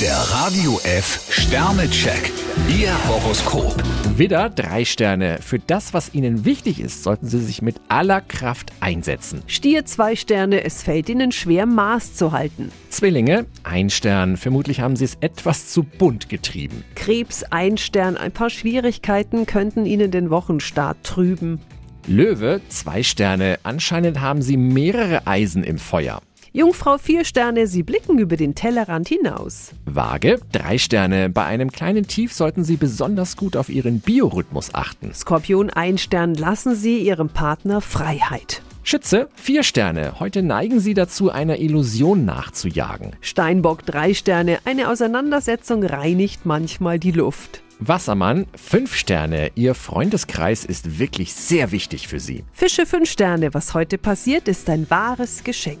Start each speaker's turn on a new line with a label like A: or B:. A: Der Radio F Sternecheck. Ihr Horoskop.
B: Widder, drei Sterne. Für das, was Ihnen wichtig ist, sollten Sie sich mit aller Kraft einsetzen.
C: Stier zwei Sterne, es fällt Ihnen schwer, Maß zu halten.
B: Zwillinge, ein Stern. Vermutlich haben Sie es etwas zu bunt getrieben.
C: Krebs ein Stern, ein paar Schwierigkeiten könnten Ihnen den Wochenstart trüben.
B: Löwe, zwei Sterne. Anscheinend haben Sie mehrere Eisen im Feuer.
C: Jungfrau vier Sterne, Sie blicken über den Tellerrand hinaus.
B: Waage, drei Sterne. Bei einem kleinen Tief sollten Sie besonders gut auf Ihren Biorhythmus achten.
C: Skorpion ein Stern, lassen Sie Ihrem Partner Freiheit.
B: Schütze, vier Sterne. Heute neigen Sie dazu, einer Illusion nachzujagen.
C: Steinbock drei Sterne, eine Auseinandersetzung reinigt manchmal die Luft.
B: Wassermann, fünf Sterne. Ihr Freundeskreis ist wirklich sehr wichtig für Sie.
C: Fische fünf Sterne, was heute passiert, ist ein wahres Geschenk.